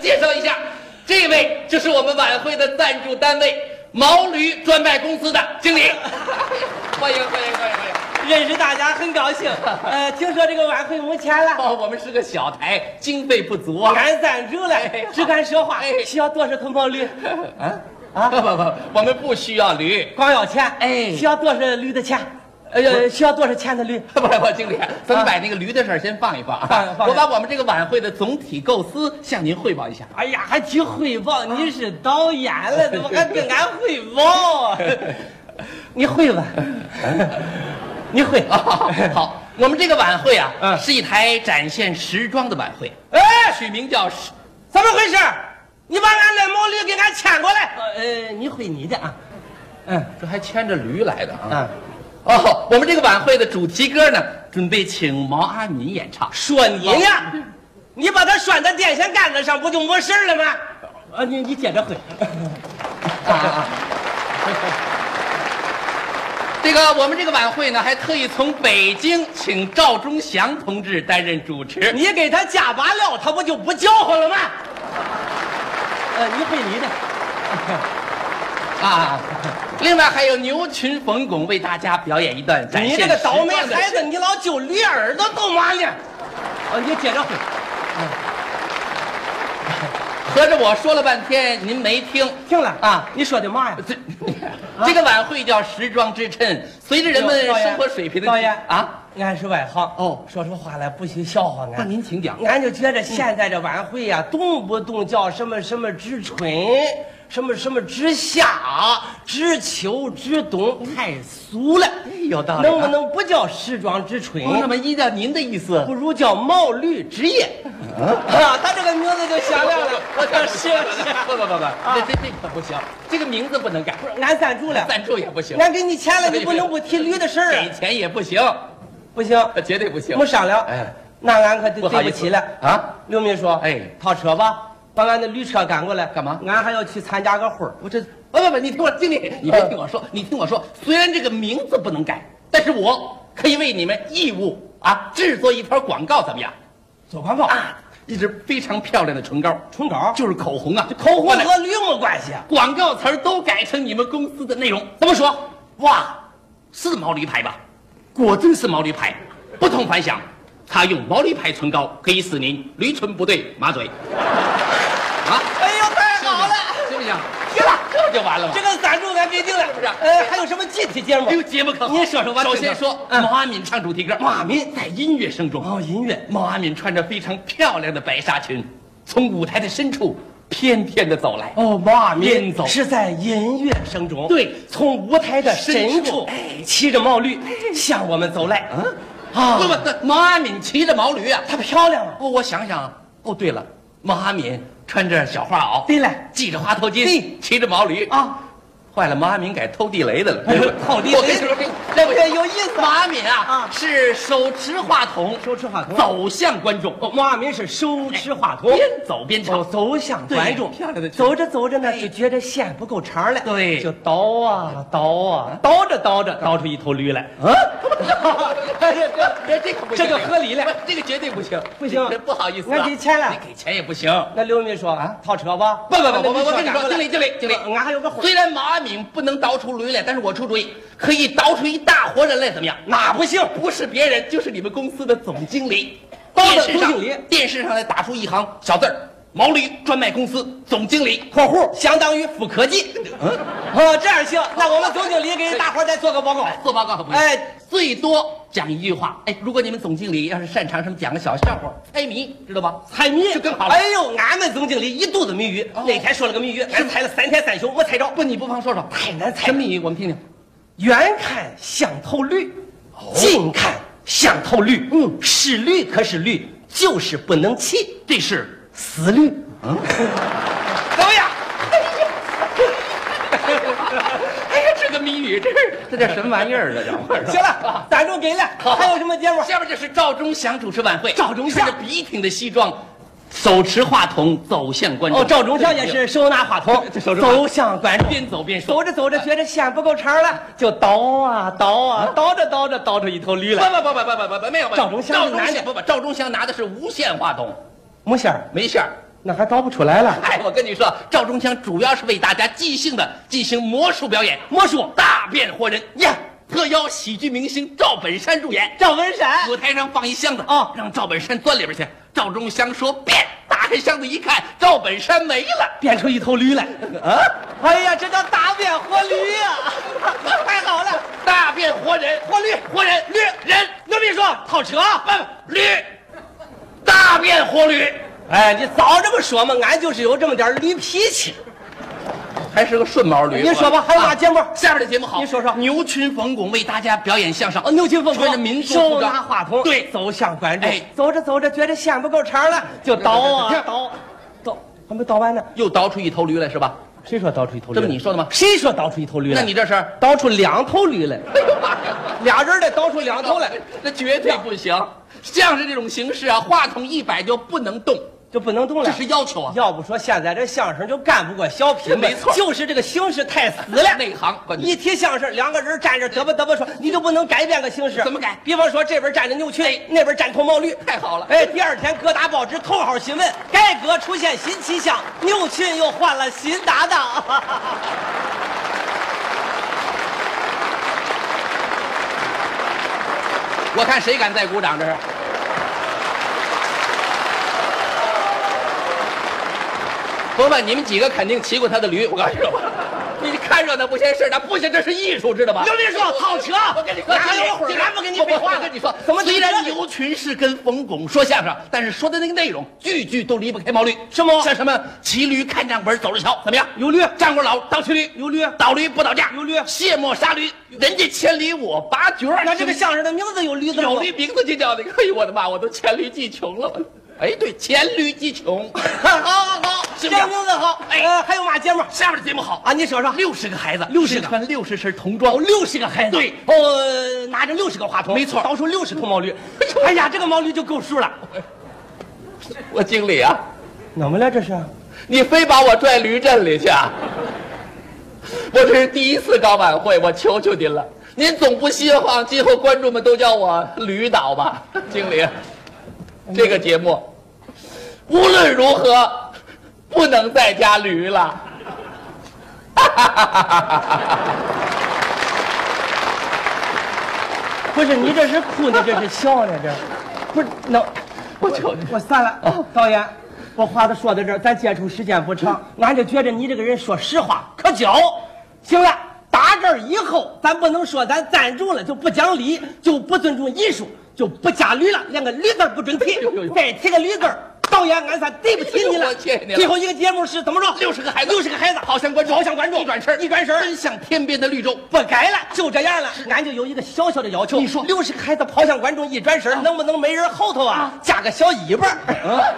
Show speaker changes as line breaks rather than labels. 介绍一下，这位就是我们晚会的赞助单位毛驴专卖公司的经理， 欢迎欢迎欢迎欢迎！
认识大家很高 兴。呃，听说这个晚会没钱了，
哦，我们是个小台，经费不足啊。
俺赞助了，只敢说话
哎，
需要多少头毛驴？
啊不不不，我们不需要驴。
光要钱，
哎
需要多少驴的钱？呃，需要多少钱的驴？
不是不，经理，咱们把那个驴的事儿先放一啊放
放
啊。
放
我把我们这个晚会的总体构思向您汇报一下。
哎呀，还提汇报？你是导演了，怎么 还跟俺汇报 啊？你会 吧？你会
啊，好，我们这个晚会啊，
嗯
是一台展现时装的晚会，
哎，
取名叫时
怎么回事？你把俺的毛驴给俺牵过来。呃，你会你的啊？嗯
这还牵着驴来的啊。
嗯，
哦，我们这个晚会的主题歌呢，准备请毛阿敏演唱。
说你呢？你把它拴在电线杆子上，不就没事儿了吗？啊，你你接着会。
啊啊！ 这个我们这个晚会呢，还特意从北京请赵忠祥同志担任主持。
你给他加把料，他不就不叫唤了吗？呃，你会你的。
啊，另外还有牛群冯巩为大家表演一段展
你
现
这个倒霉
时装的
孩子，你老揪驴耳朵干嘛呢？哦，你接着会。
合着我说了半天您没听。
听了
啊
你说的嘛呀？
这
啊
这个晚会叫时装之衬，随着人们
导演
生活水平的
导演
啊，，
俺是外行
哦
说出话来不许笑话
那
俺。
您请讲。
俺就觉着现在这晚 会呀、动不动叫什么什么之春，什么什么之夏，之秋之冬，太俗了。
有道理啊
能不能不叫时装之春？
哦那么依照您的意思，
不如叫毛驴之夜。啊，他这个名字就响亮了。是
不
是，
不不不，这这这可不行，这个名字不能改，啊不是
俺赞助了，
赞助也不行，
俺给你钱了，你不能不提驴的事儿啊
给。钱也不行，
不行，
绝对不行。
没商量。
哎，
那俺可
不好
对对
意
不
思
起了。
啊！
刘秘书，
哎
套车吧，把俺的驴车赶过来。
干嘛
俺还要去参加个婚儿。
我这不不不，你听我经理，你别听我说，你听我说，虽然这个名字不能改，但是我可以为你们义务啊制作一条广告，怎么样？
走广告
啊，一支非常漂亮的唇膏，
唇膏
就是口红啊，
口红
我来
和驴没关系啊。
广告词儿都改成你们公司的内容，怎么说？哇，是毛驴牌吧？果真是毛驴牌，不同凡响。他用毛驴牌唇膏可以使您驴唇不对马 嘴。啊，
哎呦，太好了，
行不行？
行了，
这就完了吗
这？个赞助咱给定了，是
不是
呃，还有什么集体节目
哎？呦，节目可好
您说说吧
首先
这个
说，
嗯
毛阿敏唱主题歌。毛阿敏在音乐声中，
哦，音乐。
毛阿敏穿着非常漂亮的白纱裙，从舞台的深处翩翩地走来。
哦，毛阿
边
敏
走
是在音乐声中，
对
从舞台的
深
深
处
处，骑着毛驴向我们走来。啊，
不不，那毛阿敏骑着毛驴啊，
她漂亮啊！
哦，我想想啊，哦，对了，毛阿敏穿着小花袄，
对了
系着花头巾，
对
骑着毛驴。
啊，
坏了，毛阿敏改偷地雷的
哎
了，这回
偷地雷
我跟你说，这回
这有意思啊
毛阿敏啊，
啊
是手持话筒，
手持话筒
走向观众，
哦，毛阿敏是手持话筒。
边走边唱。
哦，走向观众，
对漂亮的裙子
走着走着呢
哎，
就觉得线不够长了，
对
就倒啊倒啊，倒着倒着倒出一头驴来。
啊！这这个不行，
这个合理了
不这个绝对不行，
不行
这不好意思啊，
那给钱了
你给钱也不行。
那刘秘书啊，套车吧？
不不不，我我跟你
那
说，
驴车赶过来
经理经理经理，
俺还有个活儿，
虽然毛阿敏不能倒出驴来，但是我出主意，可以倒出一大活人来，怎么样？
那不行，
不是别人，就是你们公司的总经理。
包的
电视上
总经理
电视上来打出一行小字儿：毛驴专卖公司总经理。
括弧相当于副科技。哦，这样行，那我们总经理给大伙儿再做个报告。
做报告可不行，
哎，
最多讲一句话。哎，如果你们总经理要是擅长什么，讲个小笑话、猜谜，知道吧？
猜谜
就更好了
哎呦，俺们总经理一肚子谜语
哦，
那天说了个谜语，俺猜了三天三宿没猜着。
不，你不妨说说，太难猜。什么谜语？我们听听。
远看像头驴，近看像头驴。哦嗯，是驴可是驴，就是不能骑，
这是
死驴。
怎么样？
啊
哎呀，这个谜语，这是这叫什么玩意 儿？这叫
行了，赞助给了，
好
还有什么节目？
下面就是赵忠祥主持晚会，
赵忠祥
穿着笔挺的西装，手持话筒走向观众。
哦，赵忠祥也是手拿话筒
这手，拿话筒
走向观众。
边走边说。
走着走着，觉得线不够长了，就倒啊倒啊，倒着倒着倒出一头驴
不
来。
不不不不不不不，没有没有。
赵忠祥
赵
是
忠
男
祥
的
不不，赵忠祥拿的是无线话筒，
木仙儿，
没线儿
那还倒不出来了。
哎，我跟你说，赵忠祥主要是为大家即兴的进行魔术表演，魔术大变活人呀！特邀喜剧明星赵本山主演，
赵文闪，
舞台上放一箱子
啊
让赵本山钻里边去。赵忠祥说变，打开箱子一看，赵本山没了。
变出一头驴来啊！哎呀，这叫打扁活驴呀、 太好了，
大变活人，活驴，活人，驴人，
牛逼说套车。
不驴，大变活驴，
哎，你早这么说嘛，俺就是有这么点驴脾气。
还是个顺毛驴啊
你说吧，还有哪节目？
下边的节目好，
你说说
牛群冯巩为大家表演相声，啊
哦，牛群凤
穿着民族
手
服装
拿话筒，
对
走向观众
哎。
走着走着，觉得线不够长了，就倒
停
啊倒，倒还没倒完呢。
又倒出一头驴来是吧？
谁说倒出一头驴
这
来？
不你说的吗？
谁说倒出一头驴来？
那你这是？ 哎
倒出两头驴来，
呦妈呀！
俩人得倒出两头来，
那绝对不行。相声这种形式啊，话筒一摆就不能动，
就不能动
这
了。
是要求啊。
要不说现在这相声就干不过小品吧，
没错
就是这个形式太死了。
内行，关键
一提相声，两个人站着嘚吧嘚吧说，你就不能改变个形式？
怎么改哎
比方说这边站着牛群，那边站头毛驴。
太好了。
哎，第二天各大报纸头号新闻，改革出现新气象，牛群又换了新搭档。
我看谁敢再鼓掌，这是。伯伯，你们几个肯定骑过他的驴，我告诉你吧。你 看热闹不嫌事儿大，不行，这是艺术，知道吧？
刘秘书套车
我跟你说，
哪有会儿咱不跟你废话
我跟你说，
怎么就
虽
这
然
个
牛群是跟冯巩说相声，但是说的那个内容，句句都离不开毛驴。
什么
像什么骑驴看账本，走着瞧，怎么样？
有驴
站过老倒骑驴，啊
有驴
倒驴不倒架，
有驴
卸磨杀驴，人家千里我拔角儿。
那这个相声的名字有驴字吗
有的名字就叫那个，哎呦我的妈，我都黔驴技穷了，我。哎，对，黔驴技穷。
好好好，
是
这
不是
个名字好。
哎
呃，还有嘛节目
下面的节目好，
啊？你说说。
六十个孩子，
60个
身穿六十身童装，
有六十个孩子，
对
哦，拿着六十个话筒，
没错
倒出六十头 毛驴。哎呀，这个毛驴就够数了。
我经理啊，
怎么了这是？啊
你非把我拽驴阵里去啊？我这是第一次搞晚会，我求求您了，您总不希望今后观众们都叫我驴导吧？经理，这个节目无论如何不能再加驴了。
不是你这是哭呢，这是笑呢，这不是那
我求你，
我散了，导演。我话都说到这儿，咱接触时间不长，俺就觉着你这个人说实话可交。行了，打这儿以后，咱不能说咱赞助了就不讲理，就不尊重艺术，就不加驴了，连个驴字儿不准提
呦呦呦。
再提个驴字儿，导演俺算对不起你了。
我谢谢你了
最后一个节目是怎么着？
六十个孩子，
六十个孩子，
跑向观众，
跑向观众，
一转身，
一转身儿，
奔向天边的绿洲。
不改了，就这样了。俺就有一个小小的要求，
你说
啊
啊
六十个孩子跑向观众一转身，能不能没人后头啊，加个小尾巴儿？